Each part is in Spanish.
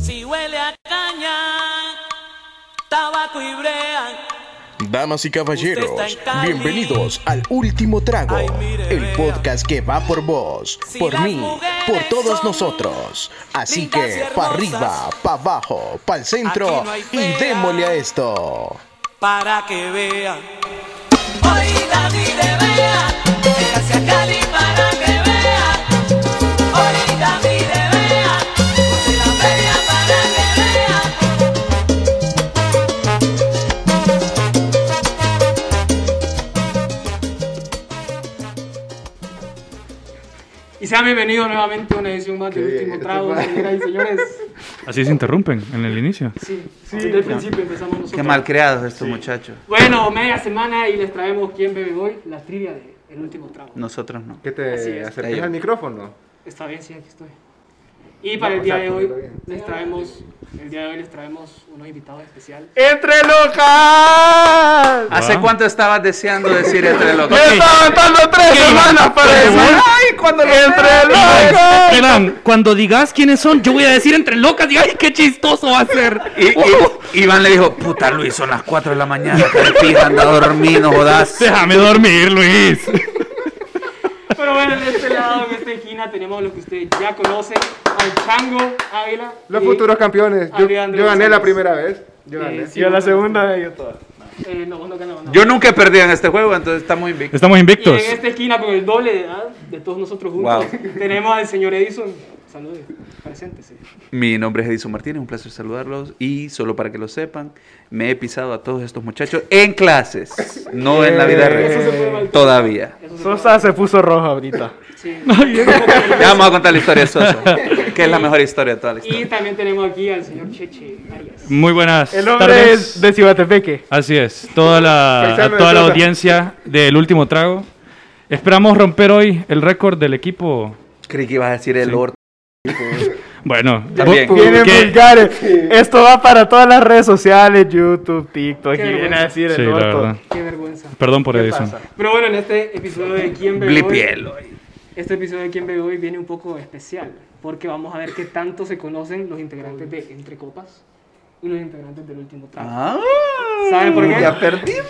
Si huele a caña, tabaco y brea. Damas y caballeros, bienvenidos al Último Trago, Ay, mire, el vea. podcast que va por vos, Si por las mí, mujeres por todos son nosotros. Así lindas y que, hermosas, pa' arriba, pa' abajo, pa' el centro aquí no hay y fea. démosle a esto. para que vean. Hoy Dani te vea, véngase a Cali para que vea. Hoy Dani te vea, puse la feria para que vea. Y sean bienvenidos nuevamente a una edición más de Qué bien, Último este Trago, fue- señoras y señores. Así se interrumpen en el inicio. Sí, sí, desde el principio empezamos nosotros. Qué mal creados estos muchachos. Bueno, media semana y les traemos quién bebe hoy, la trivia de El Último Trago. Nosotros no. ¿Qué Así te es. acercas al micrófono? Está bien, sí, aquí estoy. Y No, para el o día sea, de hoy ponelo bien. les traemos, el día de hoy les traemos unos invitados especiales. ¡Entre locas! ¿Hace Ah. cuánto estabas deseando decir entre locos? aventando tres semanas para decir ¡Ay, cuando ¡Entre Esperan, cuando digas quiénes son, yo voy a decir entre locas y ay, qué chistoso va a ser. Y, Uh. y- Iván le dijo, puta Luis, son las 4 de la mañana, que pija, anda a dormir, no jodas. Déjame dormir, Luis. Pero bueno, en este lado, en esta esquina, tenemos lo que ustedes ya conocen, al Chango Águila. Los y, futuros campeones. Yo, Alejandro yo gané la González. primera vez. Yo eh, gané. sí, bueno, eh, no, no ganamos, no. Yo nunca he perdido en este juego, entonces estamos invictos. Estamos Y en invictos. esta esquina, con el doble de edad de todos nosotros juntos, tenemos al señor Edison. Saludos, preséntese. Mi nombre es Edison Martínez, un placer saludarlos. Y solo para que lo sepan, me he pisado a todos estos muchachos en clases, no en la vida Eso se puede real. mal- Todavía. Eso se Sosa se puso rojo ahorita. Sí. Ya vamos a contar la historia de Sosa, que es la mejor historia de toda la historia. Y también tenemos aquí al señor Cheche Arias. Muy buenas El hombre tardes. es de Cibatepeque. Así es, toda la, Paisano a de toda la Sosa. audiencia del último trago. Esperamos romper hoy el récord del equipo. Creí que ibas a decir el orto. Bueno, También. vos- Vienen que- vulgares. Esto va para todas las redes sociales: YouTube, TikTok. Qué Aquí viene vergüenza. a decir Sí, el la orto. verdad. Qué vergüenza. Perdón por ¿Qué eso. pasa? Pero bueno, en este episodio de ¿Quién bebe hoy? Blipielo. Este episodio de ¿Quién bebe hoy? viene un poco especial. Porque vamos a ver qué tanto se conocen los integrantes de Entre Copas y los integrantes del último trago. Ah, ¿Saben por qué? Ya perdimos.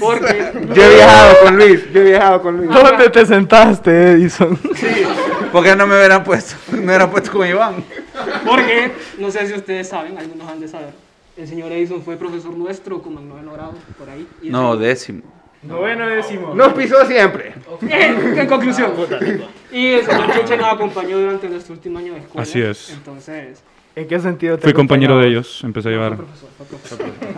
Porque. Yo he viajado con Luis. Yo he viajado con Luis. Oh. ¿Dónde te sentaste, Edison? ¿Por qué no me hubieran puesto? Me hubieran puesto con Iván. Porque, no sé si ustedes saben, algunos han de saber. El señor Edison fue profesor nuestro como en noveno grado, por ahí. y No, décimo. Noveno décimo. Nos pisó siempre. En en conclusión. Y el señor Cheche nos acompañó durante nuestro último año de escuela. Así es. Entonces, ¿En qué sentido te Fui compañero de acompañaba? ellos, empecé a llevar.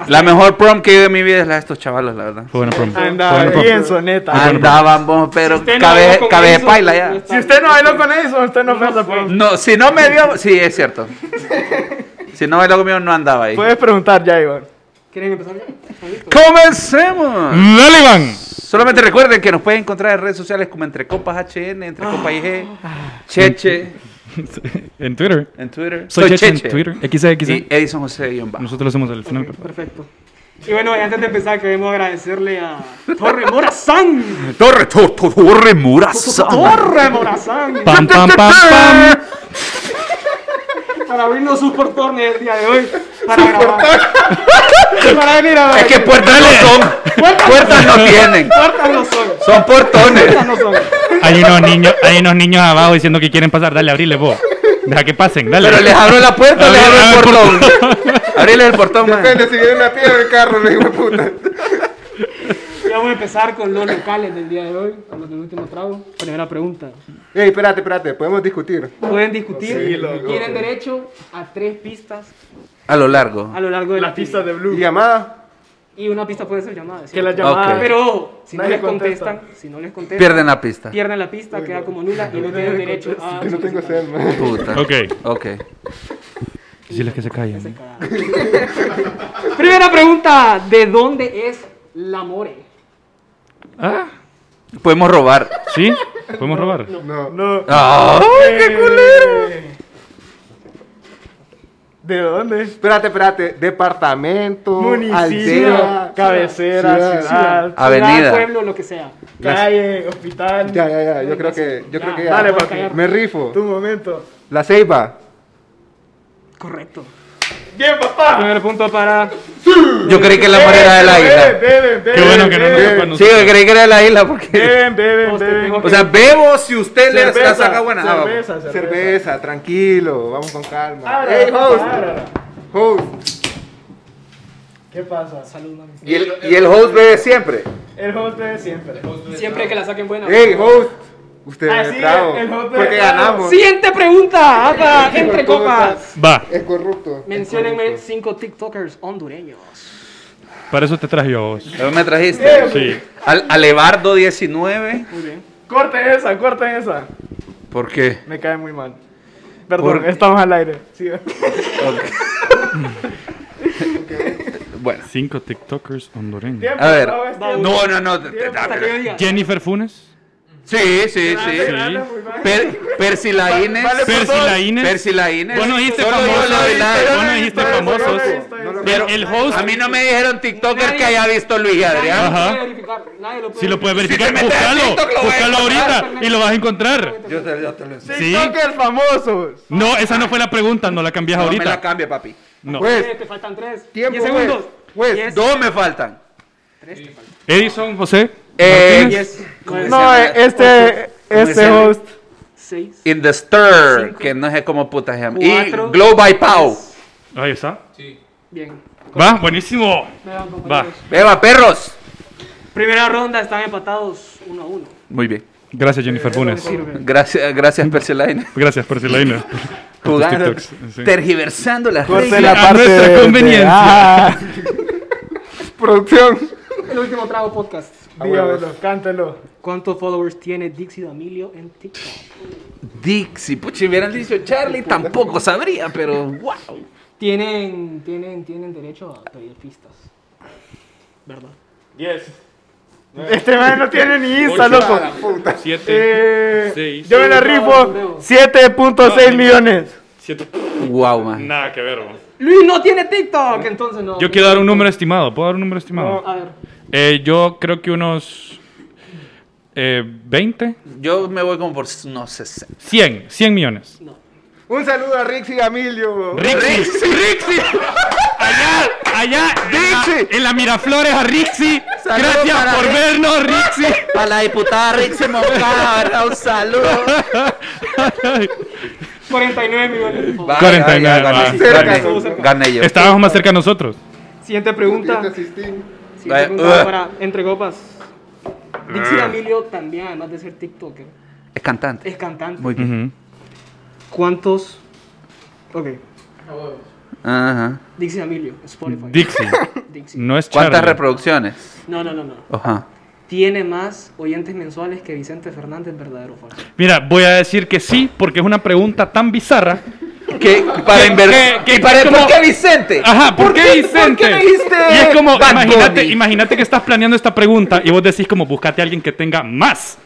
La mejor prom que he ido en mi vida es la de estos chavalos, la verdad. Fue buena prom. Fue Andaba buena prom. bien soneta. Andábamos, pero usted no cabe, bailó con cabe de Edison, paila no ya. está Si usted no bailó con Edison, usted no pues. fue a la prom. No, si no me vio, sí, es cierto. Si no bailó conmigo, no andaba ahí. Puedes preguntar ya, Iván. ¿Quieren empezar ya? ¿Listo? ¡Comencemos! Dale, Iván. Solamente recuerden que nos pueden encontrar en redes sociales como Entre Copas HN, Entre Copas IG, Ah. Cheche, En Twitter. en Twitter. Soy Cheche en Twitter. XAXA. Y Edison José guión bajo. Nosotros lo hacemos al final. Ok, perfecto. Y bueno, y antes de empezar, queremos agradecerle a Torre Morazán. Torre, to- to- Torre Murasa. Torre Morazán. Pam, pam, pam, pam. Para abrirnos sus portones el día de hoy. Para grabar. para venir a Es ver. que puertas no son. Puertas no tienen. Puertas no son. Son portones. Puertas no son. Hay unos niños, hay unos niños abajo diciendo que quieren pasar. Dale, abrile vos. Deja que pasen, dale. Pero les abro la puerta o les abro el Abre- portón. Abrile el portón, man. Depende si viene una piedra el carro, le digo puta. Y vamos a empezar con los locales del día de hoy, con los del último trago. Primera pregunta. Ey, espérate, espérate. Podemos discutir. Pueden discutir. Sí, loco. Tienen derecho a tres pistas A lo largo. a lo largo de Las la pistas de ¿Y Blue. llamada? Y una pista puede ser llamada. ¿sí? Que las llamadas. Pero ojo, si no Nadie les contestan, contesta. si no les contestan, Pierden la pista. pierden la pista, queda como nula y no tienen derecho a. Yo no tengo solicitar. sed, man. Puta. Ok. Ok. Decirles que se callen. Primera pregunta: ¿de dónde es la More? Ah, Podemos robar. ¿sí? ¿Podemos robar? No. No. Eh. ¡Ay, qué culero! ¿De dónde? Espérate, espérate. Departamento, Municipio, aldea. cabecera, ciudad. ciudad, Ciudad, Avenida. pueblo, lo que sea. calle, hospital. Ya, ya, ya. Yo creo que, yo creo que ya. Dale, puedes papi. callar. Me rifo. Tu momento. La ceiba. Correcto. ¡Bien, papá! Primer punto para. Yo creí que la mar era Eh, del águila. Qué bueno que no nos beben, sepan Sí, yo creí que era del águila porque. Eh, beben, beben, Hostia, beben. tengo O sea, bebo si usted le Cerveza, saca buena. Ah, vamos. Cerveza, cerveza, tranquilo, vamos con calma. Ábrala, Hey, host, ábrala. host. ¿Qué pasa? Salud, mami. Y el, y el host bebe siempre. El host de siempre. Siempre que la saquen buena. Hey, host. Usted Ah, me sí, trajo, el host me Porque trajo. ganamos. Siguiente pregunta para Entre Copas. Es corrupto. es Menciónenme corrupto. cinco TikTokers hondureños. Para eso te traje yo a vos. ¿Dónde me trajiste? Sí. Al, Alebardo 19. Muy bien. Corten esa, corten esa. ¿Por qué? Me cae muy mal. Perdón, Por- estamos al aire. Sí. Bueno. Cinco TikTokers hondureños. Tiempo, A ver. no, este es tiempo. No, no, no. te- te- Hasta que yo diga. Jennifer Funes. Sí, sí, Grande, sí. grande, muy mal. Per, Percy Laínez. Vale, Percy todos. Laínez. Percy Laínez. Vos no dijiste Solo yo famosos. lo vi nada. Vos Yo no he visto dijiste eso, yo famosos. lo he visto, yo lo he visto. Pero el host A mí no me dijeron TikTokers Nadie- que haya visto Luis Nadie Adrián. lo Ajá. puede verificar. Nadie lo puede Si lo puedes verificar, metes a búscalo. TikTok, lo vas a Búscalo encontrar. ahorita y lo vas a encontrar. Yo te, yo te lo enseño. Sí. TikTokers famosos. No, esa no fue la pregunta, no la cambias No me la ahorita. cambia, papi. No. Eh, Pues, Te faltan tres. Tiempo, Diez segundos. pues, Diez, Dos me faltan. Edison, José. Eh, Martínez. diez, nueve, No, No, eh, este, este decía- host. seis, In the Stir, Cinco. que no sé cómo puta se llama. Cuatro. y Glow by Pau. Ahí está. Bien. Va, buenísimo. Me dan Va. compañeros. Beba, perros. Primera ronda están empatados uno a uno. Muy bien. Gracias, Jennifer Funes. Gracias, gracias Percy Laínez. Gracias, Percy Laínez. Jugando, TikToks, sí. tergiversando las Sí, reglas. a nuestra conveniencia. ah, Producción. El último trago podcast. Dígamelo, cántelo. ¿Cuántos followers tiene Dixie D'Amelio en TikTok? Dixie, pucha, hubieran dicho Charlie, tampoco sabría, pero wow. Tienen, tienen, tienen derecho a pedir pistas. ¿Verdad? Yes. Este man no tiene ni Insta, loco. Ocho. Siete. Eh, Seis. yo me la rifo 7.6 millones. Siete. Wow, man. Nada que ver, bro. Luis no tiene TikTok, entonces no. Yo quiero dar un número estimado. ¿Puedo dar un número estimado? A ver, Eh, yo creo que unos eh, 20, Yo me voy como por no sé. 100, 100 millones. Un saludo a Rixi Gamilio. Rixi, Rixi. Allá, allá, Rixi. En la, Miraflores a Rixi. Saludo Gracias para por Rixi. vernos, Rixi. A la diputada Rixie Moncada, un saludo. 49 millones de followers. 49, gané, va. gané, gané, gané yo. Estábamos más cerca de nosotros. Siguiente pregunta. uh. Siguiente Siguiente Vaya, pregunta ugh. para Entre Copas. Dixie D'Amelio también, además de ser TikToker, Es cantante. es cantante. Muy bien. ¿Cuántos? Ok, Ajá. Dixie D'Amelio, Spotify. Dixie. Dixie. No es Charlie. ¿Cuántas reproducciones? No, no, no, no. Ajá. Tiene más oyentes mensuales que Vicente Fernández, verdadero o falso. Mira, voy a decir que sí, porque es una pregunta tan bizarra. ¿Qué? Para ¿Qué- invertir. qué- qué- para, qué- ¿Por cómo- qué Vicente? Ajá, ¿por, qué, ¿Por Vicente? qué me dijiste y es como, Bad imagínate, Bunny? imagínate que estás planeando esta pregunta y vos decís como, buscate a alguien que tenga más.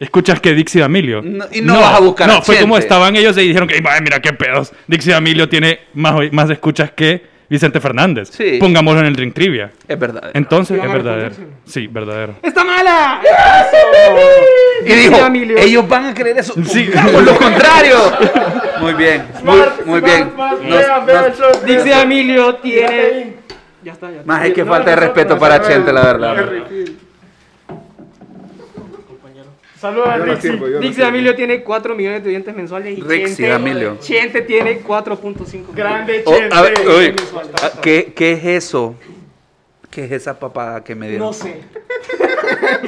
Escuchas que Dixie D'Amelio. No, y no vas a buscar No, a fue como Chente. estaban ellos y dijeron que, "Ay, mira qué pedos, Dixie D'Amelio tiene más, oy- más escuchas que Vicente Fernández. Sí. Pongámoslo en el Drink Trivia. Es verdad. Entonces, Iban es a verdadero. responderse. Sí, verdadero. ¡Está mala! Y dijo, D'Amelio. ellos van a creer eso. Sí. Por lo contrario. Muy bien. Muy, Smart, muy smart, bien. smart, Nos- vean, vean el nos- show, Dixie vean. D'Amelio tiene. Ya está, ya está. Más es que falta de respeto para Chente, la verdad. Saludos a Yo Dixie. Dixie D'Amelio tiene 4 millones de oyentes mensuales y Rixie Chente- D'Amelio. Chente tiene 4.5 millones. Grande Oh, Chente. a ver, uy. Ah, ¿Qué, ¿Qué es eso? ¿Qué es esa papada que me No dieron? sé.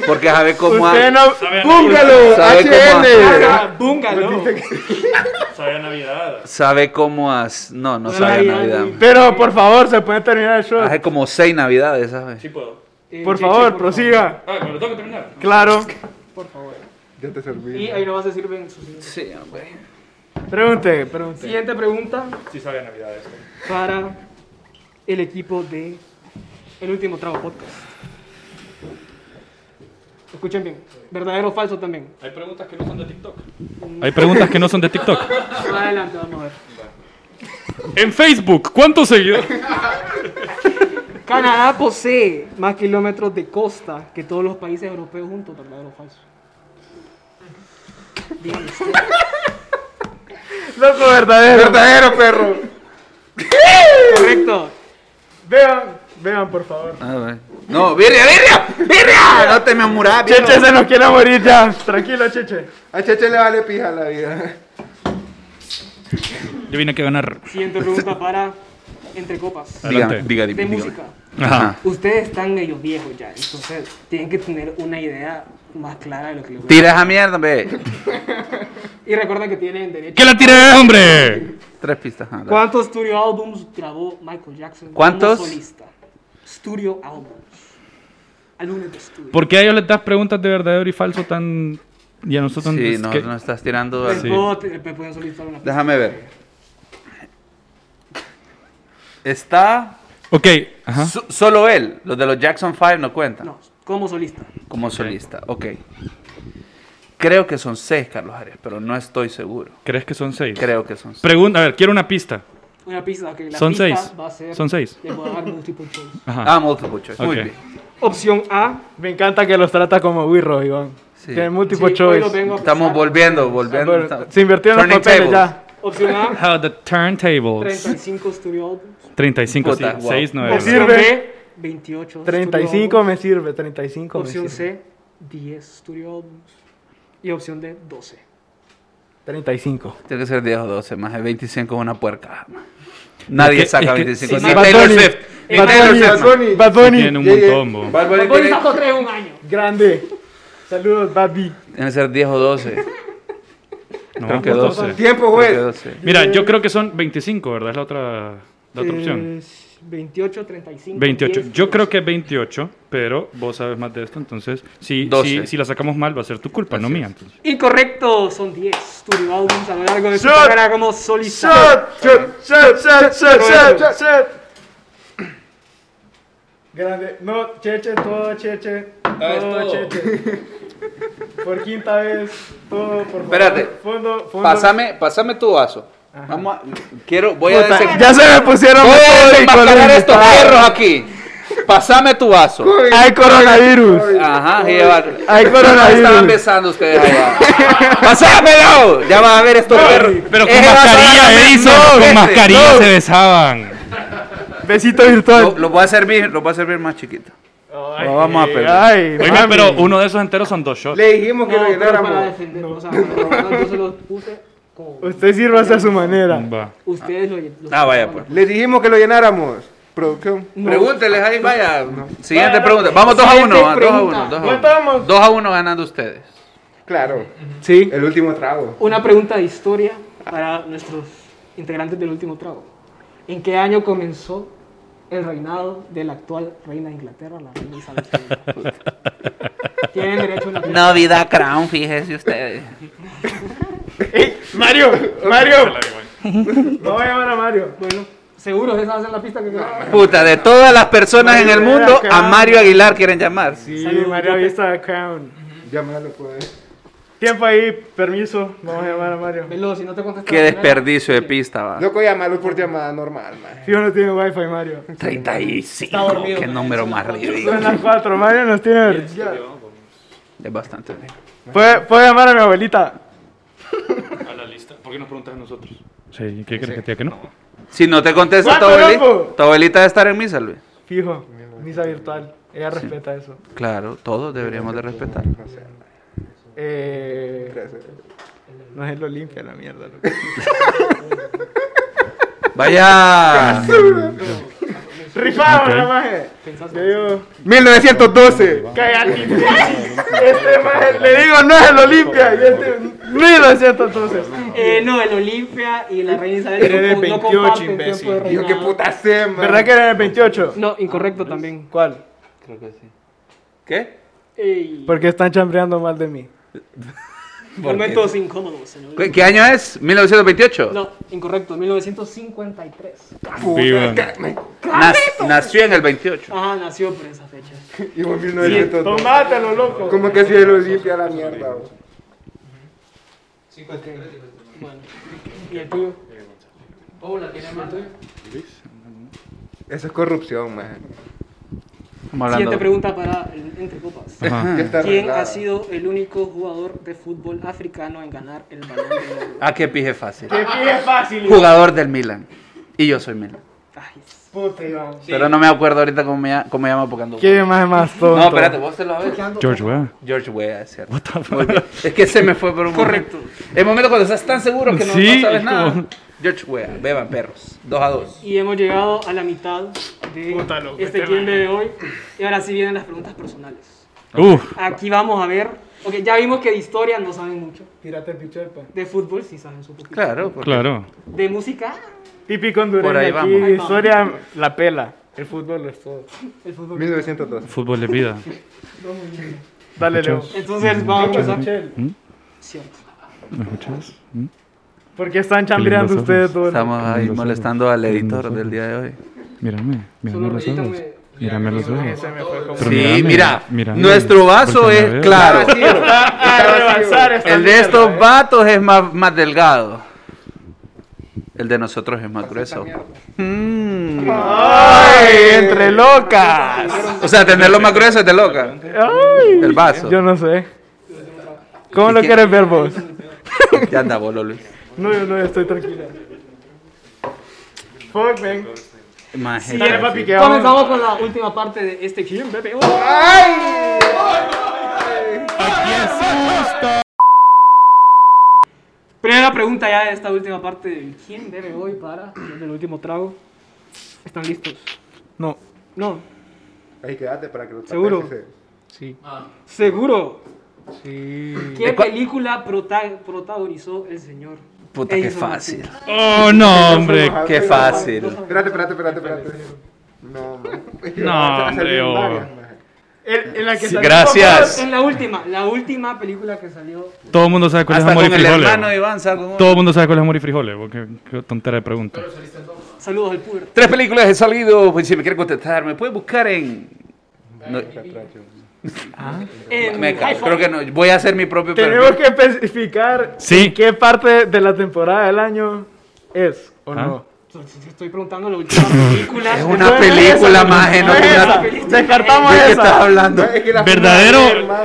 Porque sabe cómo... Usted ha- no... Búngalo. sabe cómo ha- Haga búngalo. Sabía Navidad. Sabe cómo has... No, no Una sabe Navidad. Navidad. Pero, por favor, se puede terminar el show. Hace como seis Navidades, ¿sabes? puedo. Eh, Por Cheche, favor, prosiga. Ah, lo tengo que terminar. Claro. Por favor. Ya te serví. Y ahí no vas a decir ven, su- Sí, hombre. Pregunte, pregunte. Siguiente pregunta Sí sabía Navidad esto. para el equipo de El Último Trago Podcast. Escuchen bien. ¿Verdadero o falso también? Hay preguntas que no son de TikTok. Hay preguntas que no son de TikTok. Adelante, vamos a ver. En Facebook, ¿cuántos seguidores? Canadá posee más kilómetros de costa que todos los países europeos juntos, ¿verdadero o falso? Loco verdadero. Verdadero, perro. Vean, vean, por favor. Ah, va. No, Virria, Virria, Virria. No te me amurás, Virria. Cheche se nos quiere morir ya. Tranquilo, Cheche. A Cheche le vale pija la vida. Yo vine aquí a ganar. Siguiente pregunta para Entre Copas. Diga, Adelante. diga, De diga, Ah. diga. música. Ajá. Ustedes están medio viejos ya, entonces tienen que tener una idea más clara de lo que les gusta. Tira esa mierda, ve. Y recuerden que tienen derecho ¡Que la tiré, hombre! Tres pistas. ajá, dale. ¿Cuántos studio albums grabó Michael Jackson como ¿Cuántos? solista? Studio albums. Álbumes de estudio. ¿Por qué a ellos les das preguntas de verdadero y falso tan... Y a nosotros Sí, es no, que- no estás tirando. ¿Les al- Sí. puedo- te- me pueden solicitar una Eh, Déjame ver. Está Ok, ajá. so- solo él. Los de los Jackson 5 no cuentan. No, como solista. Como solista, ok. Creo que son seis, Carlos Arias, pero no estoy seguro. ¿Crees que son seis? Creo que son seis. Pregunta, a ver, quiero una pista. Una pista, ok. La Son pista seis. Va a ser, Son seis. Le puedo dar multiple choice. Ajá. Ah, multiple choice. Muy Ok. bien. Opción A. Me encanta que los trata como birros, Iván. Sí. Tienen múltiple Sí, hoy lo choice. vengo a Estamos pesar. volviendo, volviendo. Ah, Bueno, Se invirtieron los Turning papeles tables. ya. Opción A. How the turntables. 35 studio albums. 35, sí. Puta, wow. 6, 9. Me Opción sirve. B. 28. studio 35 albums. me sirve, 35 me Opción sirve. C. 10 studio albums. Y opción D. 12. 35. Tiene que ser 10 o 12, más de 25 es una puerca. Nadie Es que- saca es que- 25. sí, Ni Bad Taylor Bunny. Swift. Ni Bad Taylor Bunny, Swift. man. Bad Bunny, Tiene un Yeah, yeah. montón, bo. Bad Bunny Hoy tiene, sacó 3 un año. grande. Saludos, Babi. tiene que ser 10 o No, 12. pues, Creo que no, 12. Tiempo, Creo que güey. 12. Mira, yo creo que son 25, ¿verdad? Es la otra, la Eh, otra opción. Es 28, 35. 28. 10, Yo 12. creo que 28, pero vos sabes más de esto, entonces si, 12. si, si la sacamos mal va a ser tu culpa, no mía. entonces. Incorrecto, son 10 studio albums a lo largo de su Shot. carrera como solista. shot, shot, shot, shot, shot, shot, shot. Grande. No, Cheche, todo Cheche. Ah, Todo Cheche. Por quinta vez, todo, por favor. Espérate. Fondo, fondo. Pásame, pásame tu vaso. Vamos a, quiero, voy a Puta, desenca- Ya se me pusieron voy a mejores y desenmascarar colores. estos perros aquí. Pásame tu vaso. Hay coronavirus. Ajá, y llevar. Hay Ahí estaban coronavirus. besando ustedes allá. ¡Pasámelo! Ya van a ver estos perros. Pero con Ese va a sonar la mascarilla, me- Edison, No, con este, mascarilla no. se besaban. Besito Lo, virtual. lo voy a servir, lo voy a servir más chiquito. lo vamos a perder. Ay, Oiga, mami. pero uno de esos enteros son dos shots. Le dijimos que No, lo pero para llenáramos. defender, o sea, yo se los puse como Usted sírvase a su manera. Va. ustedes lo los Ah, vaya pues. Le dijimos que lo llenáramos. Producción. Pregúnteles ahí, vaya. Siguiente pregunta. Vamos 2 a 1. Siguiente 2 a 1. pregunta. 2 ¿Cuánto a 1. vamos? 2 a 1 ganando ustedes. Claro. Sí. El último trago. Una pregunta de historia para nuestros integrantes del último trago. ¿En qué año comenzó el reinado de la actual reina de Inglaterra, la reina Isabel II? Tienen derecho a una pregunta. Navidad Crown, fíjense ustedes. Mario, Mario. No voy a llamar a Mario. Bueno, seguro esa va a ser la pista que queda. Puta, de todas las personas en el mundo, a Mario Aguilar quieren llamar. Sí, Mario Vista Crown. Llámalo, pues. Tiempo ahí, permiso. Vamos a llamar a Mario. Veloz, si no te contestas. Qué la primera, desperdicio de pista, va. Loco, llámalo por llamada normal, man. Fijo no tiene wifi, Mario. 35. Qué número más ridículo. Son las 4, Mario nos tiene. Es bastante bien. ¿Puede, puede llamar a mi abuelita. Sí, ¿qué crees que te que no? Si no te contesta tu ¿Cuánto, abuelita, loco? tu abuelita debe estar en misa, Luis. Fijo, misa virtual. Ella respeta eso. Claro, todos deberíamos de respetar. Eh, no es lo limpia la mierda. loco. Vaya. Rifado, la maje. Yo digo, 1912. cállate. Este maje, le digo, no es el Olimpia. Y este, 1912. Eh, no, el Olimpia y la reina Isabel Eres no, no 28, comparten imbécil. tiempo de Yo reinado. qué puta sé, man. ¿Verdad que era el 28? No, incorrecto también. ¿Cuál? ¿Qué? Ey, Porque están chambreando mal de mí. momentos incómodos, señor. ¿Qué, qué año es? ¿1928? No, incorrecto, 1953. Viva. Nas- nació en el 28. Ajá, nació por esa fecha. Y vos 1912. Tomátelo, loco. ¿Cómo que si el Olimpia la mierda, vos? Bueno, ¿y el tuyo? Hola, más? Eso es corrupción, man. Estamos Siguiente hablando. pregunta para el Entre Copas. Ajá. ¿Qué está ¿Quién arreglada? ha sido el único jugador de fútbol africano en ganar el balón de oro? Ah, qué pije fácil. Te pide fácil. Jugador del Milan. Y yo soy Milan. Ay, es- Puta, Iván. Pero no me acuerdo ahorita cómo, me, ll- cómo llama porque ando. ¿Qué más más tonto? No, espérate, vos te lo sabes. George Weah. George Weah, es cierto. Muy bien. Es que se me fue por un Correcto. El momento cuando estás tan seguro que no, Sí, no sabes es nada. como- George Weah, beban perros. Dos a dos. Y hemos llegado a la mitad de Puta, loco, este este quien man. bebe hoy. Y ahora sí vienen las preguntas personales. Uf. Aquí vamos a ver. Ok, ya vimos que de historia no saben mucho. Tírate pichuelpa. De fútbol sí saben su poquito. Claro, porque- Claro. De música, Típico hondureño Por ahí aquí, vamos. Ahí vamos. historia la pela. El fútbol lo es todo. el fútbol. 1902. Fútbol de vida. Dale, Leo. pues, Entonces vamos a empezar. Michel, Cierto. ¿Me escuchas? ¿Por qué están Qué chambeando lindos ustedes ojos. todo? el- Estamos ahí Nosotros. molestando al editor Nosotros. del día de hoy. Mírame, mírame Solo los ojos. repítame. Mírame los ojos. Se me fue como- Pero mírame, mírame, volteame a ver. Ah, A rebasar esta El de mierda, estos eh. vatos es más, más delgado. El de nosotros es más grueso. Mm. ¡Ay, entre locas! O sea, tenerlo más grueso es de loca. ¡Ay! El vaso. Yo no sé. ¿Cómo lo qué? quieres ver vos? Ya anda, bolo, Luis. No, yo no, yo estoy tranquila. Fuck, man. Imagínate. Dale, papi, que vamos. Comenzamos con la última parte de este quien bebe hoy. Primera pregunta ya de esta última parte de quién bebe hoy para los del último trago. ¿Están listos? No. No, Ahí quédate para que los ¿Seguro? papeles Sí. seguro. Sí. ¿Qué película prota- protagonizó el señor? Puta, qué Edison fácil. Oh, no, hombre. se- Qué fácil. Espérate, espérate, espérate, espérate. No, man. No, hombre, oh. El- en la que Sí, salió gracias. En la última, la última película que salió. Todo el mundo sabe cuál es Hasta amor y con el frijoles. hermano de güey. Iván salgo con- Todo el mundo sabe cuál es amor y frijoles. güey. Qué, qué tontera de pregunta. Saludos al puber. Tres películas he salido. Pues si me quieren contestar, me pueden buscar en. No, En me cago, Hi-Fi. creo que no. Voy a hacer mi propio Tenemos perfil. que especificar Sí. en qué parte de la temporada del año es o ¿Ah? no. Estoy preguntando la última película. Es una es película esa, más no es esa. enorme. Descartamos ¿De qué estás esa. hablando? Es que la Verdadero.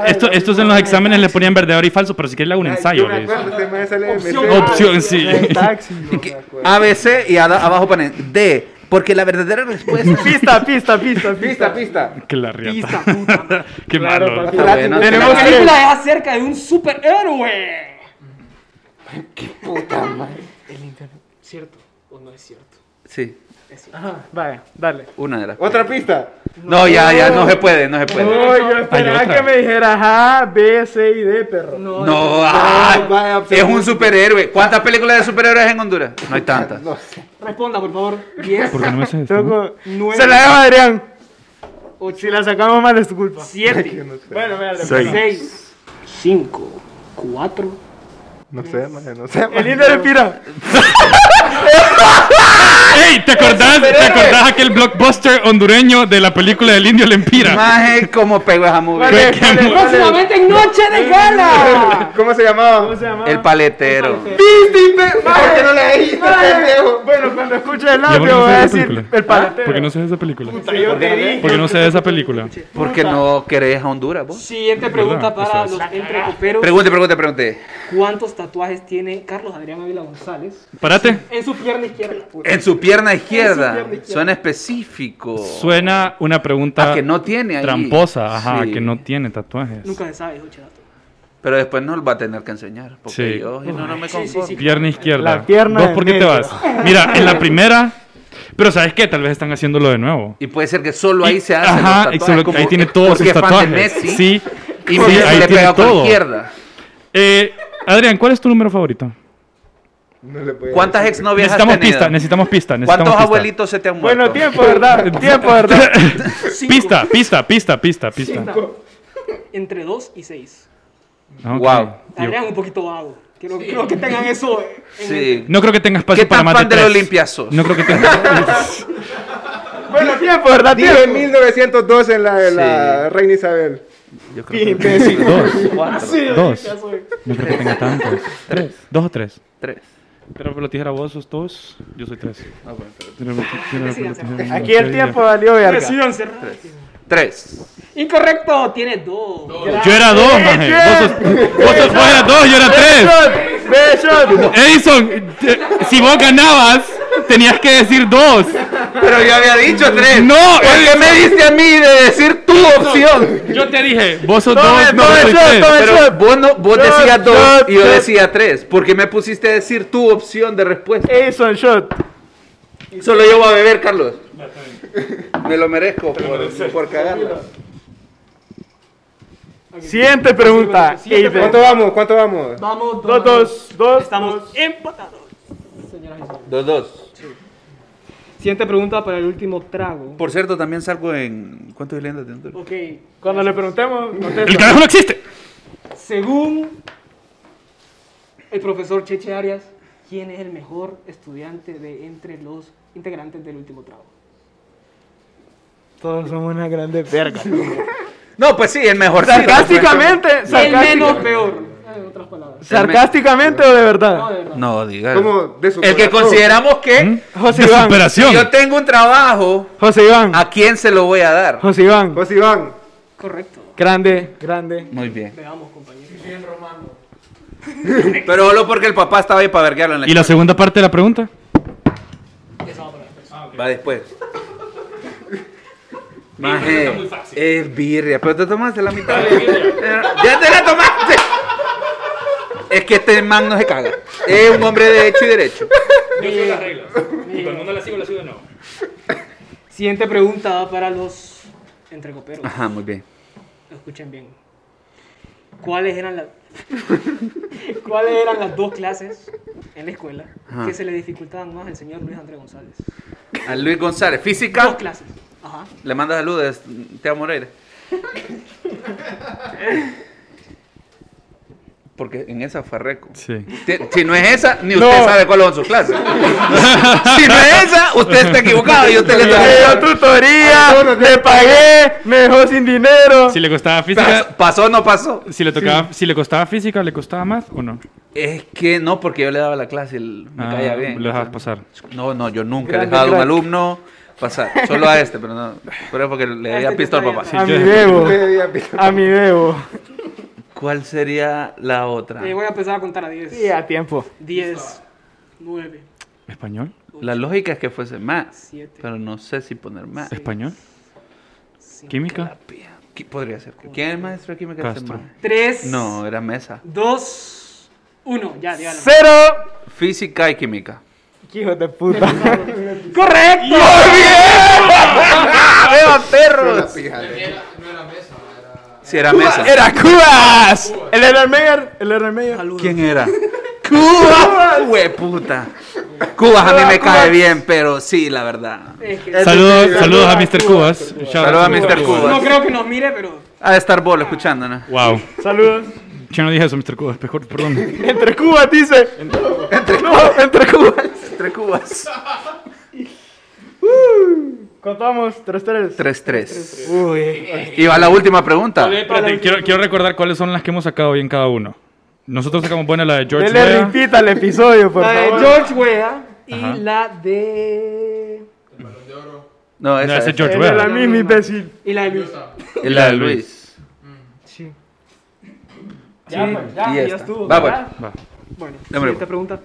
Esto, estos en los exámenes le ponían verdadero y falso, pero si quieres le hago un ensayo. Yo me le dice. acuerdo, este man sale de Opción MC. Opción, sí. El taxi. bro. Que- ABC y ada- abajo ponen D. Porque la verdadera respuesta es. Pista, pista, pista, Pista, pista. pista. Que la Pista, riata. puta madre. Qué Claro, malo. papi. Está bueno. La Tenemos que- película es acerca de un superhéroe. Puta madre. ¿Cierto o no es cierto? Sí, Vaya, dale. una de las. Otra pista. No, ya, ya, no se puede, no se puede. No, yo esperaba otra. que me dijeras A, B, C y D, perro. No, No, vaya, ay, es un absoluto. superhéroe. ¿Cuántas películas de superhéroes en Honduras? No hay tantas. No sé. Responda, por favor. 10, ¿Por qué no me haces esto? Tengo- Nueve. Se la dejo a Adrián. 8, Si la sacamos mal es tu culpa. 7, No sé. Bueno, mira, Seis. 6, 5, 4. No sé, man, no sé. El man. lindo respira. ¡Ey! ¿Te acordás, ¿Te acordás aquel blockbuster hondureño de la película del Indio Lempira? Más es como pegó esa movie. Vale, que- vale, vale. Próximamente en Noche de Gala. ¿Cómo se llamaba? ¿Cómo se llama? El paletero. ¿Por qué no le dijiste, pendejo? Ah. Bueno, cuando escuche el Ya, ¿por qué audio no voy a sabes esa decir película? el paletero. ¿Por qué no sé de esa película? Puta, yo te dije. ¿Por qué no sé de esa película? Porque no querés a Honduras, vos. Siguiente pregunta ¿Verdad? para Eso los entrecoperos. Pregunte, pregunte, pregunte. ¿Cuántos tatuajes tiene Carlos Adrián Ávila González Parate. en su pierna izquierda? En su pierna izquierda. pierna izquierda. Suena específico. Suena una pregunta Ah, que no tiene ahí. tramposa, ajá, Sí. que no tiene tatuajes. Nunca se sabe, Joche Dato. Pero después nos va a tener que enseñar. Porque Sí. yo, yo no, no me Sí, sí, conformo. sí. Pierna izquierda. La pierna ¿Vos de por qué te medio. vas? Mira, en la primera. Pero ¿sabes qué? Tal vez están haciéndolo de nuevo. Y puede ser que solo ahí Y- se hace. Ajá, solo- ahí tiene todos sus tatuajes. Messi, Sí, Y sí, Messi ahí le tiene pega con la todo. izquierda. Eh, Adrián, ¿cuál es tu número favorito? No le puedo ¿Cuántas exnovias has Necesitamos tenido? pista, necesitamos pista, necesitamos ¿Cuántos pista. abuelitos se te han muerto? Bueno, tiempo, ¿verdad? Tiempo, ¿verdad? pista, pista, pista, pista, pista. Entre 2 y 6. Ah, ok. Wow. Adrián, un poquito vago. Quiero, quiero que tengan eso. en- Sí. No creo que tengas ¿Qué espacio para tan más de fan de tres. los Olimpias sos? No creo que tengas... Bueno, tiempo, ¿verdad? Dije Tiempo. 1902 en la, en la Sí. Reina Isabel. Yo creo que- Dos. Cuatro, Dos. No creo que tenga tantos. Tres. Dos o tres. tres. Pero por la tijera vos sos dos, yo soy tres. Ah, bueno, Aquí el tiempo valió verga. Decídanse. Tres. Incorrecto, tiene 2. Yo era dos, maje. Vos sos, vos sos- vos eras dos, yo era tres. Shot, ve shot. Edison, te- si vos ganabas, tenías que decir dos. Pero yo había dicho tres. No, ¿Por qué me diste a mí de decir tu opción? Eh, Yo te dije, vos sos Tome, dos, no tome, soy tome, tres. tome. Pero vos, no, vos Shot, decías dos shot, y yo shot. decía tres. ¿Por qué me pusiste a decir tu opción de respuesta? Edison Shot. Solo yo voy a beber, Carlos. Me lo merezco por, por cagarla. Siguiente pregunta. Siguiente Eider. ¿Cuánto vamos? ¿Cuánto vamos? Vamos, Dos, dos, dos. Estamos dos. empatados. Señoras y señores. Dos, dos. Siguiente pregunta para el último trago. Por cierto, también salgo en... ¿Cuántos leyendas de Honduras? Ok. Cuando le preguntemos, El contesta. carajo no existe. Según el profesor Cheche Arias, ¿quién es el mejor estudiante de entre los integrantes del último trago? Todos somos una grande verga. No, pues sí, el mejor. Sarcásticamente, El menos sarcásticamente. peor. En otras palabras. Sarcásticamente o de No, verdad. de verdad. No, diga. ¿Mm? ¿Cómo? De su El que corazón. consideramos que José De Iván. si superación. yo tengo un trabajo, José Iván. ¿a quién se lo voy a dar? José Iván. José Iván. Correcto. Grande, grande. Muy bien. Veamos, compañeros. Pero solo porque el papá estaba ahí para verguearlo en la ¿Y la segunda parte de la pregunta? Va después. Maje, es birria, pero te tomaste la mitad. Eh, ya te la tomaste. Es que este man no se caga. Es un hombre de hecho y derecho. Yo sigo las reglas. Y cuando no las sigo, las sigo de nuevo. Siguiente pregunta para los entrecoperos. Ajá, muy bien. Escuchen bien. ¿Cuáles eran las ¿Cuáles eran las dos clases en la escuela Ajá. que se le dificultaban más al señor Luis Andrés González? A Luis González, Dos física, clases. Ajá. le manda saludos, te amo Moreira. Porque en esa fue reco. Sí. Si- Si no es esa, ni usted sabe cuáles son sus clases. si no es esa, usted está equivocado y usted le Me dio está tutoría, me pagué, me dejó sin dinero. Si le costaba Pas- física, ¿Pasó o no pasó? si le tocaba, si le costaba física, ¿le costaba más o no? Es que no, porque yo le daba la clase y l- me Ah, caía bien. Lo dejabas pasar. No, no, yo nunca he Grande dejado a un crack. alumno pasar. Solo a este, pero no. Pero es porque le Este había que pisto al está bien. papá. A Sí, mi yo- bebo, Media pita. a mi bebo. ¿Cuál sería la otra? Eh, voy a empezar a contar a 10. Sí, a tiempo. 10, 9, ¿Español? La lógica es que fuese más, 7, pero no sé si poner más. ¿Español? 5, ¿Química? ¿Qué podría ser? ¿Quién es el maestro de química? Castro. Este man. 3, No, era mesa. 2, 1. Ya, dígalo. Cero. Física y química. Hijo de puta. Correcto. ¡Veo perros! Si era mesa. Era Cubas. El Ernest Meyer. El Ernest Meyer. Saludos. ¿Quién era? ¡Cuba! ¡Hueputa! Cubas a mí me cae bien, pero sí, la verdad. Es que- Saludos, saludos a Mr. Cubas. Saludos a Mr. No Cubas. creo que nos mire, pero Ha de estar Bolo escuchándonos. Wow. Saludos. Yo no dije eso, Mr. Cubas, mejor, perdón. Entre Cubas dice. Entre Cubas. Entre Cubas. Entre Cubas. Contamos. Tres, tres. 3-3. Uy. Y va la última pregunta. Espérate, quiero, quiero recordar cuáles son las que hemos sacado bien cada uno. Nosotros sacamos buena la de George Dele Weah. repita el episodio, por la de favor. Eh, George Wea y Ajá. la de No, No, esa ese es es. George Era la Weah. misma imbécil. y la de Luis. Y la de Luis. Ya, pues, ya, Ah, Y ya esta. estuvo. Va, pues. ya. bueno. Bueno, Démosle, siguiente pregunta.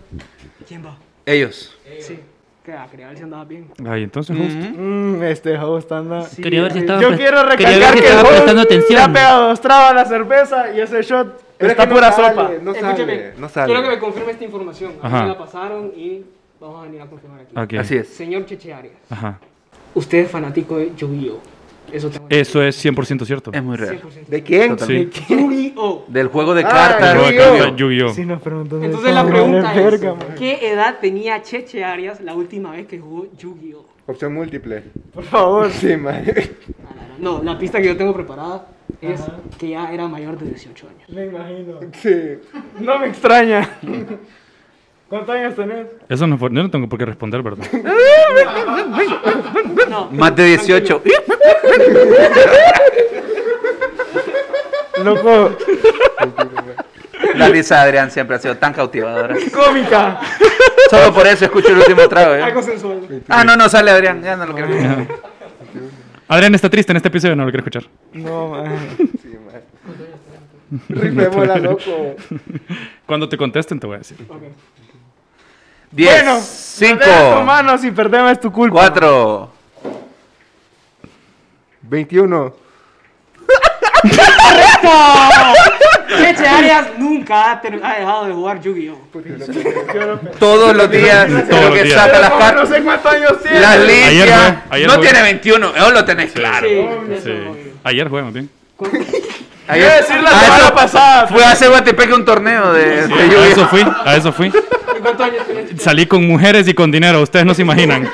¿Quién va? Ellos. Sí. Que a quería ver si andaba bien. Ay, entonces, justo. Mmm, este host anda. Quería eh, ver si estaba Yo pre- quiero quería ver recalcar si que el estaba host prestando le ha atención. pegado dos trabas a la cerveza y ese shot Pero está es que pura no sopa. sale, No eh, Escúchame, sale, no sale. quiero que me confirme esta información. A mí Ajá. me la pasaron y vamos a venir a confirmar aquí. Ok. Mm. Así es. Señor Cheche Arias, Ajá. usted es fanático de Yu-Gi-Oh. Eso tengo que Eso es 100% cierto. Es muy real. 100%. ¿De quién? Sí. Yu-Gi-Oh. Del juego de El cartas. juego de Yu-Gi-Oh. cartas Yu-Gi-Oh. Si nos preguntó de Entonces eso, la vale pregunta es, verga, man. ¿qué edad tenía Cheche Arias la última vez que jugó Yu-Gi-Oh? Opción múltiple. Por favor. Sí, man. Ah, No, la pista que yo tengo preparada es que ya era mayor de 18 años. Me imagino. Sí. No me extraña. ¿Cuántos años tenés? Eso no fue- yo no tengo por qué responder, ¿verdad? No, Más de 18. Loco. La risa de Adrián siempre ha sido tan cautivadora. Cómica. Solo por eso escucho el último trago. ¿eh? algo sensual. Ah, no, no, sale Adrián. Ya no lo quiero. escuchar. Adrián está triste en este episodio, no lo quiero escuchar. No, man. Rifle bola, loco. Cuando te contesten te voy a decir. 10, Bueno, 5, Perdeme tu mano si perdeme es tu culpa. 4, 21. Cheche Arias nunca ha, ter- ha dejado de jugar Yu-Gi-Oh! todos los días, Todos lo los que días. saca las Pero no cartas. sé cuántos años tiene. Las líneas. fue, ayer No fue. tiene 21, eso lo tenés claro. Sí, Sí. eso es obvio. Ayer fue más bien. Ayer, decir la a semana Ah, eso- pasada. Fue a hacer Guatepeque un torneo de, de A lluvia. eso fui, a eso fui. ¿Y cuántos años tiene? Salí con mujeres y con dinero, ustedes no se imaginan. Eh,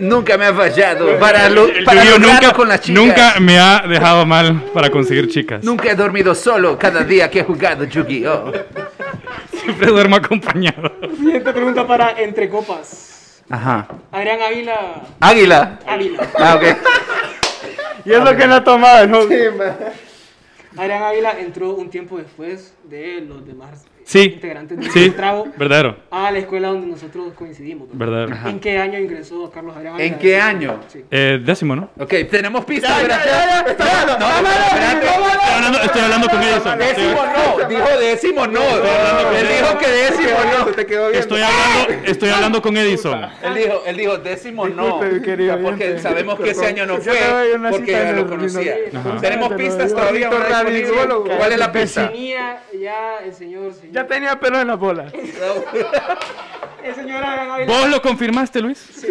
Nunca me ha fallado. Para, lo, para Yo lograrlo nunca, con las chicas. nunca me ha dejado mal para conseguir chicas. Nunca he dormido solo cada día que he jugado Yu-Gi-Oh! Siempre duermo acompañado. Siguiente pregunta para Entre Copas. Ajá. Adrián Ávila. Águila. Ávila. Ah, ok. Y es lo que no ha tomado, ¿no? Adrián Ávila entró un tiempo después de los demás Sí, integrantes del sí, trago verdadero, a la escuela donde nosotros coincidimos. ¿verdad? verdadero. ¿En qué año ingresó Carlos Adrián Ávila? ¿En qué año? Sí. Eh, décimo, ¿no? Ok, tenemos pistas. gracias. No, espérate. Estoy hablando, estoy hablando con Edison. Estoy, Décimo no. Dijo décimo no. Él dijo que décimo no. Te quedó bien. estoy hablando, estoy hablando con Edison. Él dijo, él dijo décimo no. Disculpe, mi querido Ah, Porque oyente. sabemos que ese año no Yo te fue doy una porque cita ya en lo el conocía. Rinodí. Ajá. Tenemos Te lo pistas doy. todavía. Bonito no disponibles. radiólogo. ¿Cuál es la pista? Tenía ya el señor. señor Ya tenía pelo en la bola. Eh, El señor Adrián Ávila. ¿Vos lo confirmaste, Luis? Sí.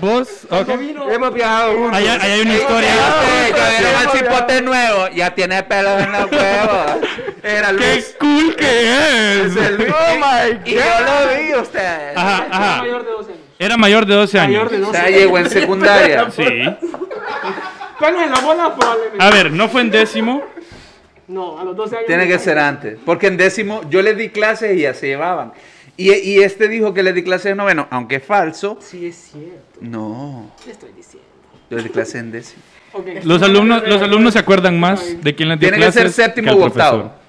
¿Vos? Ok. vino Hemos viajado juntos. Allá, allá hay una historia. Sí, caballero, el cipote nuevo. Ya tiene pelo en los huevos. Era ¡Qué Luis. cool que es! Oh my God. Y yo lo vi usted. Ajá, era ajá. mayor de 12 años. Era mayor de 12 años. Mayor de 12 Ya años. llegó en secundaria. Sí. Bueno, en la bola probablemente. A ver, no fue en décimo. No, a los 12 años. Tiene que ser antes. Porque en décimo yo les di clases y ya se llevaban. Y, y este dijo que les di clases en noveno, aunque es falso. Sí, es cierto. No, Le estoy diciendo. yo les di clases en décimo. Ok. Los alumnos, los alumnos se acuerdan más de quién les dio Tiene que ser clases séptimo al u octavo. profesor.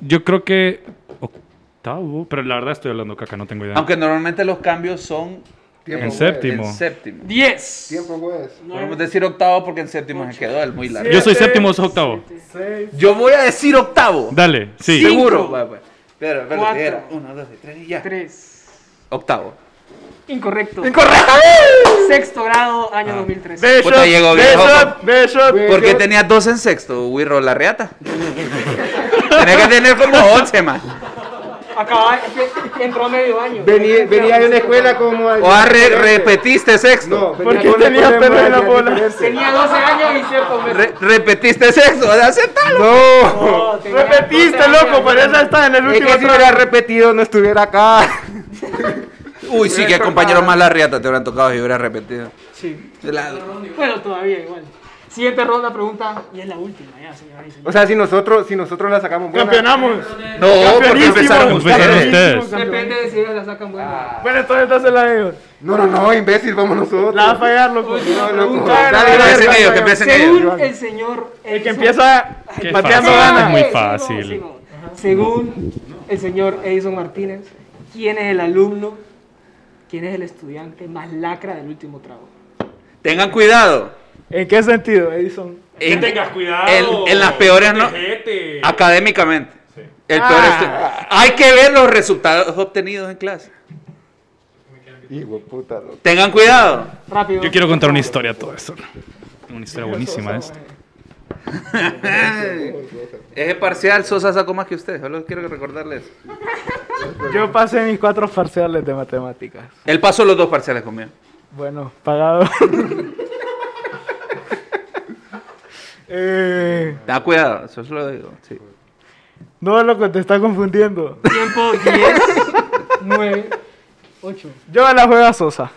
Yo creo que octavo, pero la verdad estoy hablando caca, no tengo idea. Aunque normalmente los cambios son Tiempo, en güey. séptimo. en séptimo. 10. Tiempo, pues. güey. Podemos decir octavo porque en séptimo se quedó el muy largo. Yo soy séptimo, sos octavo. Seis. Yo voy a decir octavo. Dale, sí. Sí. Seguro. Cinco. Va, va. Pero, pero, Cuatro. era uno, dos, tres y ya. 3. Octavo. Incorrecto. ¡Incorrecto! Sexto grado, año 2013. Puta, llegó viejo. Beshot, Beshot. ¿Por qué tenías dos en sexto, Wirro la reata? Tenía que tener como once más. Acaba, es que entró medio año. Venía, venía de una escuela como. O ah, re- repetiste sexto. No, ¿Por venía qué de una tenías escuela pelo en la más bola? diferente. Tenía 12 años y cierto mes. Re- repetiste sexto, aceptalo. No. tenía 12 Repetiste, años. loco, pero esa está en el eh, Es último que si hubiera repetido, no estuviera acá. Uy, sí, que compañeros más la riata te hubieran tocado y hubiera repetido. Sí. De la- Bueno, todavía igual. Siguiente ronda, pregunta. Y es la última, ya, señora. y señor. O sea, si nosotros, si nosotros la sacamos buena. Campeonamos. No, porque empezaron Empezaron ustedes. ustedes. Depende de si ellos la sacan buena. Bueno, entonces dásela a ellos. No, no, no, imbécil, vamos nosotros. La va a fallar, loco. Última No, loco. pregunta. Dale, que empiecen ellos, que empiecen ellos. Según el señor. El que empieza Qué pateando fácil. gana. Es muy Sí, no, fácil. sí, no. Según el señor Edison Martínez, ¿quién es el alumno? ¿Quién es el estudiante más lacra del último trago? Tengan cuidado. ¿En qué sentido, Edison? En, en- en las peores no. Académicamente. El peor estu- Hay que ver los resultados obtenidos en clase. Hijo de puta, loco. Tengan cuidado. Rápido. Yo quiero contar una historia a todo esto. Una historia buenísima esta. Ese parcial Sosa sacó más que usted. Solo quiero recordarles. Yo pasé mis cuatro parciales de matemáticas. Él pasó los dos parciales conmigo. Bueno, pagado. eh, Tengan cuidado, eso se lo digo. sí. no, loco, te está confundiendo. Tiempo 10, 9, 8. Yo a la juego a Sosa.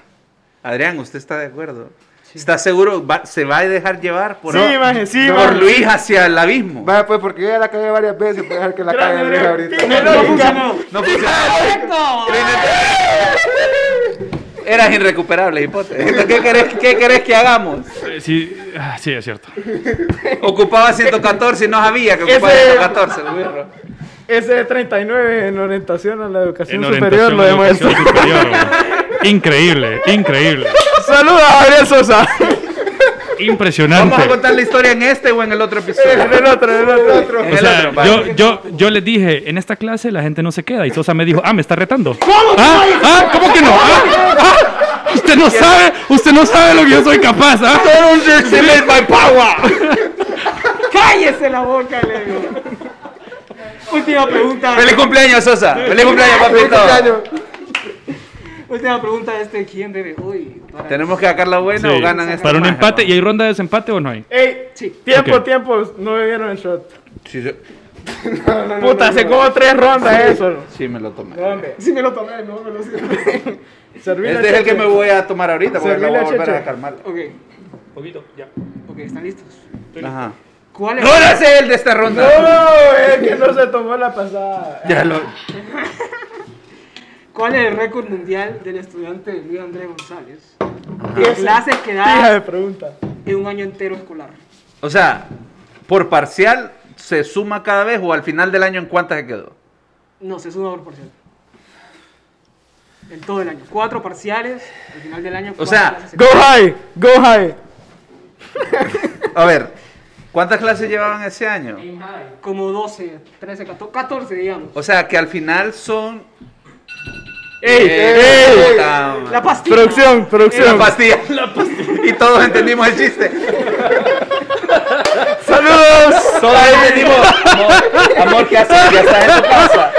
Adrián, ¿usted está de acuerdo? ¿Está seguro? Va- ¿Se va a dejar llevar por, sí, maje, sí, por maje. Luis hacia el abismo? Vaya, pues, porque yo ya la cagué varias veces, puede dejar que la cague Luis ahorita. No funcionó. No pues, funciona. Era irrecuperable, hipótesis. Entonces, ¿Qué querés, qué querés que hagamos? Eh, Sí, ah, sí, es cierto. Ocupaba 114 y no sabía que ocupaba Ese- 114, el burro. Ese de 39 en orientación a la educación En superior orientación lo a la demuestra. educación superior, güey. Increíble, increíble. Saluda a Gabriel Sosa. impresionante. Vamos a contar la historia en este o en el otro episodio. en el otro, en el otro. En O el sea, otro. yo, vale. yo, yo les dije, en esta clase la gente no se queda. Y Sosa me dijo, ah, me está retando. ¿Cómo? ¿Ah? ¿Ah? ¿Cómo que no? ¿Ah? ¿Ah? Usted no sabe, usted no sabe lo que yo soy capaz. ¿ah? my power. ¡Cállese la boca, le digo! Última pregunta. Feliz cumpleaños, Sosa. Feliz cumpleaños, papito. Última pregunta de este quién debe hoy. Para... Tenemos que sacar la buena o Sí. ganan esta Para un imagen, empate, ¿no? ¿y hay ronda de desempate o no hay? Ey, tiempo, Ok. tiempo, no bebieron el shot. Sí, sí. Puta, se como tres rondas eso. Sí, me lo tomé. Hombre, Si me lo tomé, no me lo sirve. servile Este es el que cheche. me voy a tomar ahorita porque Servile lo voy a a volver a Cheche. calmar. ok, Poquito, ya. ok, ¿están listos? Ajá. ¿Cuál es? No era ese el de esta ronda. No, es que no se tomó la pasada. Ya lo. ¿Cuál es el récord mundial del estudiante Luis Andrés González? De clases que Hija de da pregunta. en un año entero escolar. O sea, por parcial se suma cada vez o al final del año en cuántas se quedó. No, se suma por ciento. En todo el año. Cuatro parciales, al final del año. O cuatro sea, clases Go high, go high. A ver, ¿cuántas clases llevaban ese año? Como 12, 13, 14, 14 digamos. O sea, que al final son. Ey, Eh, ey. puta madre. La pastilla. Producción, La producción. pastilla. La pastilla. Y todos entendimos el chiste. Saludos. Todos entendimos. Amor, amor ¿qué haces? Ya estás en tu casa.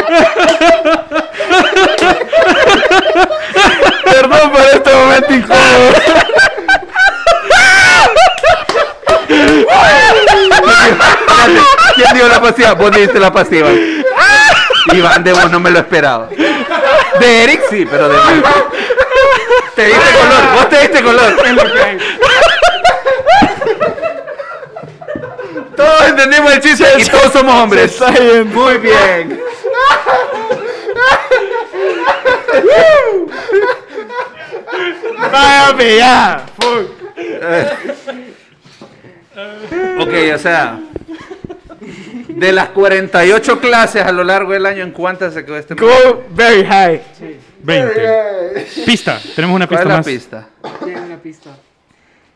Perdón por este momento incómodo. ¿Quién dio la pastilla? Vos diste la pastilla. Iván. Iván de vos no me lo esperaba. De Eric sí, pero de mí. Te diste color, vos te diste color. Todos entendimos el chiste y todos somos hombres. Muy bien. Váyame ya. Ok, o sea, de las 48 clases a lo largo del año, ¿en cuántas se quedó este? Go very high. 20. Pista, tenemos una ¿Cuál pista es la más. pista? Tiene una pista.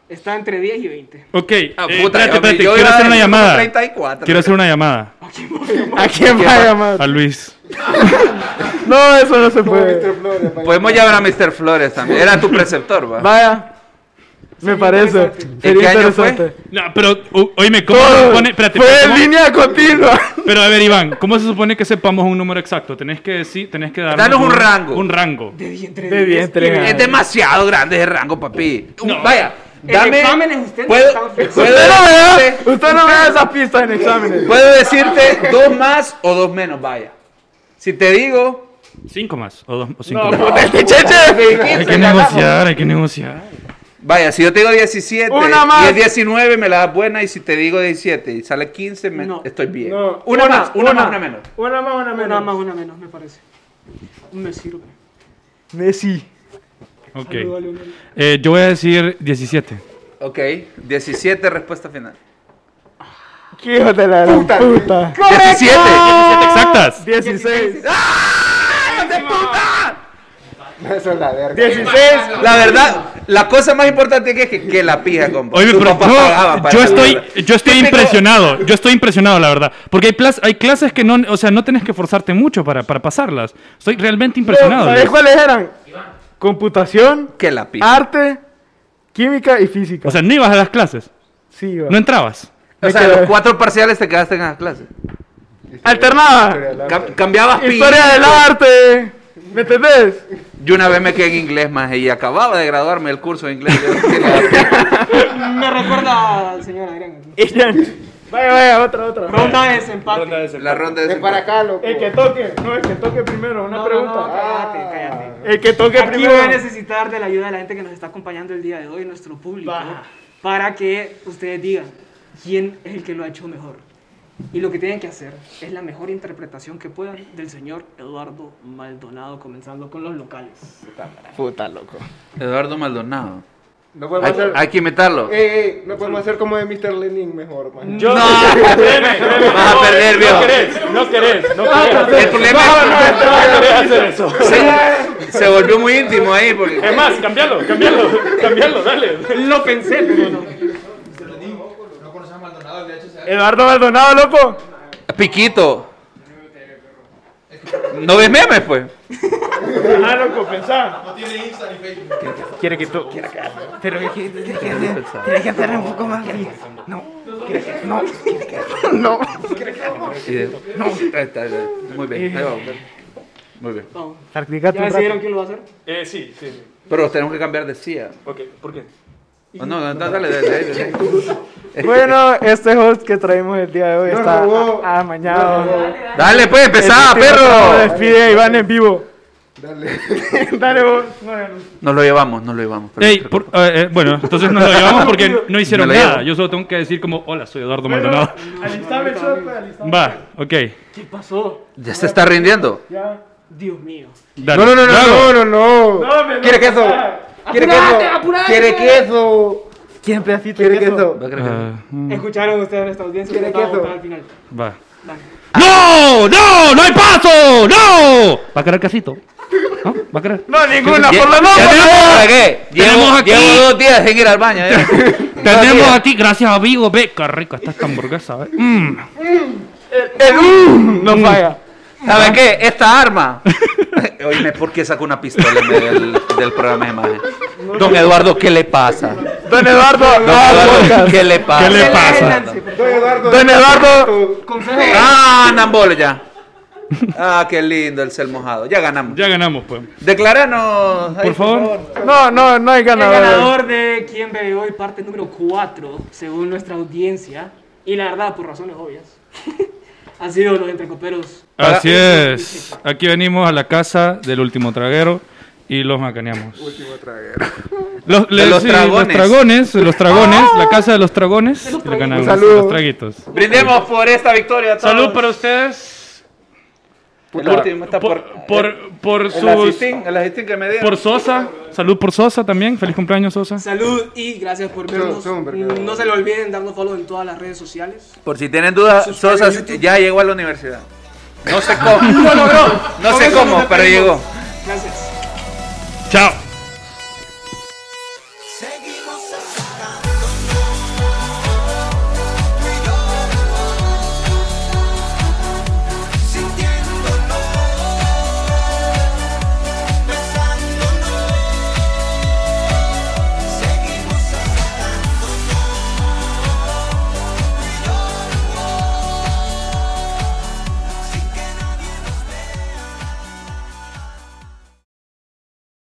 Está entre 10 y 20. Ok, Ah, eh, puta, espérate, ok, espérate, yo quiero hacer una iba a decir como llamada. 34. Quiero hacer una llamada ¿A quién va a llamar? a Luis. No, eso no se puede. Podemos llamar a Mr. Flores también. Era tu preceptor, va. Vaya. Me parece. interesante. qué Sería año fue? interesante. No, pero, u- oíme, ¿cómo se Todo. supone? Espérate, fue espérate, en ¿cómo- línea continua. Pero a ver, Iván, ¿cómo se supone que sepamos un número exacto? Tenés que decir, tenés que darnos Danos un rango. Un rango. De 10 entre De 10. bien, tres. Es demasiado grande ese rango, papi. Vaya, El dame. examen es usted puedo, está ofensivo. puedo Usted no me decirte, da, usted no me da esas pistas en exámenes. puedo decirte dos más o dos menos, vaya. Si te digo. Cinco más. O dos, o cinco más. Cheche. Hay que negociar, hay que negociar. Vaya, si yo te digo 17 Una más. y es 19, me la das buena. Y si te digo 17 y sale 15, me- No. estoy bien. No. Una, más, una, más, una menos. Una más, una Una más, menos. una menos, me parece. Me sirve. Messi. Ok. Saludo a Leonel. Eh, yo voy a decir 17. Ok, 17, respuesta final. ¿Qué hijo de la gran puta? 17. Exactas. 16. Eso es la verga. 16. La verdad, la cosa más importante que es que, que la pija, compa. Oye, Tu pero papá pagaba yo, para yo esa estoy, mierda. yo estoy Típico- impresionado. Yo estoy impresionado, la verdad. Porque hay, plas- hay clases que no, o sea, no tenés que forzarte mucho para, para pasarlas. Estoy realmente impresionado. ¿Sabes Luis. cuáles eran? Computación, Que la Ah, pija. arte, química y física. O sea, no ibas a las clases. sí, va. No entrabas. O Me sea, quedé. los cuatro parciales te quedaste en las clases. Alternaba. Cam- cambiabas pi. Historia del arte. ¿Me entendés? Yo una vez me quedé en inglés más y acababa de graduarme del curso de inglés. Yo no tenía- Me recuerda al señor Adrián. Este Vaya, vaya, otra, otra. Ronda de desempate. la ronda de Ven para acá, loco. El que toque, no, el que toque primero, una No, no, pregunta. no, cállate, cállate. El que toque Aquí primero. voy a necesitar de la ayuda de la gente que nos está acompañando el día de hoy, nuestro público, Va. para que ustedes digan quién es el que lo ha hecho mejor. Y lo que tienen que hacer es la mejor interpretación que puedan del señor Eduardo Maldonado, comenzando con los locales. Puta, loco. Eduardo Maldonado. No podemos Hay, hacer. hay que imitarlo. Eh, Ey, ey, no podemos hacer como de Mr. Lenin mejor, Mm. man. No, vas a perder, viejo. No querés, no querés. El problema es No querés hacer eso. que se, se volvió muy íntimo ahí. Porque... más, cambialo, cambialo, cambialo, dale. Lo pensé, pero no. Eduardo Maldonado, loco. Piquito. ¿No ves memes, pues? Ah, loco, pensá. No tiene Insta ni Facebook. Quiere que tú. Pero que- que- que- que- tienes que hacer un poco más. así. No, no, no. Sí, de- No, está, está, está. Muy bien, ahí vamos. Muy bien. No. Practicate ¿Ya decidieron quién lo va a hacer? Eh, sí, sí, sí. Pero tenemos que cambiar de silla. Ok, ¿por qué? Oh, no, no, no, dale, dale, dale, dale. Bueno, este host que traemos el día de hoy está robó. a- amañado. Dale, pues, empezá, Este no perro. Despide a Iván en vivo. Dale. Dale vos. Nos lo llevamos, nos lo llevamos. pero- Ey, por- eh, eh, bueno, entonces nos lo llevamos porque no hicieron Me lo llevo. nada. Yo solo tengo que decir como, hola, soy Eduardo Maldonado. Alistame el shot, pues, alistame. Va, ok. ¿Qué pasó? Ya se está rindiendo. Ya. Dios mío. dale. No, no, no, Bravo. no, no, no. No, me ¿Quiere queso? ¿Quiere queso? ¿Quiere queso? ¿Quién pedacito ¿Quiere queso? Va a creer que- Ah, Escucharon ustedes en esta audiencia que ¿Quiere estaba queso? votada al final. va. Dale. ¡No! ¡No! ¡No hay paso! ¡No! ¿Va a querer casito? ¿No? ¿Va a querer? No, ninguna, Ya- por la ya noche. tenemos- ¿para qué? Llevo, tenemos aquí- llevo dos días sin ir al baño. ya. Dos Tenemos días. aquí, gracias amigo, ve, qué rica está esta hamburguesa, ¿eh? Mm. No falla. ¿Sabe qué? Esta arma. Oíme, ¿por qué sacó una pistola en medio del, del programa de imagen? Don Eduardo, ¿qué le pasa? Don Eduardo, Don no, Eduardo, ¿qué le pasa? ah, ¿Qué le pasa? Don Eduardo. Don Eduardo. Ah, Nambolo ya. Ah, qué lindo el ser mojado. Ya ganamos. Ya ganamos, pues. Declaranos. Por favor. No, no, no hay El ganador. ganador de Quién bebió hoy, parte número 4, según nuestra audiencia, y la verdad, por razones obvias, han sido los entrecoperos. Así es. Aquí venimos a la casa del último traguero y los macaneamos. Último traguero. Los, le- los sí, tragones. los tragones, los tragones, la casa de los tragones. y le ganamos saludo. los traguitos. Brindemos por esta victoria. a todos. Salud para ustedes. El último está por. Por, por, por El sus. asistín, el asistín que me dieron. Por Sosa. Salud por Sosa también. Feliz cumpleaños, Sosa. Salud y gracias por vernos. son verdaderos. No se le olviden darnos follow en todas las redes sociales. Por si tienen dudas, Suscribe Sosa en YouTube. ya llegó a la universidad. No sé cómo. No sé cómo, pero llegó. Gracias. Chao.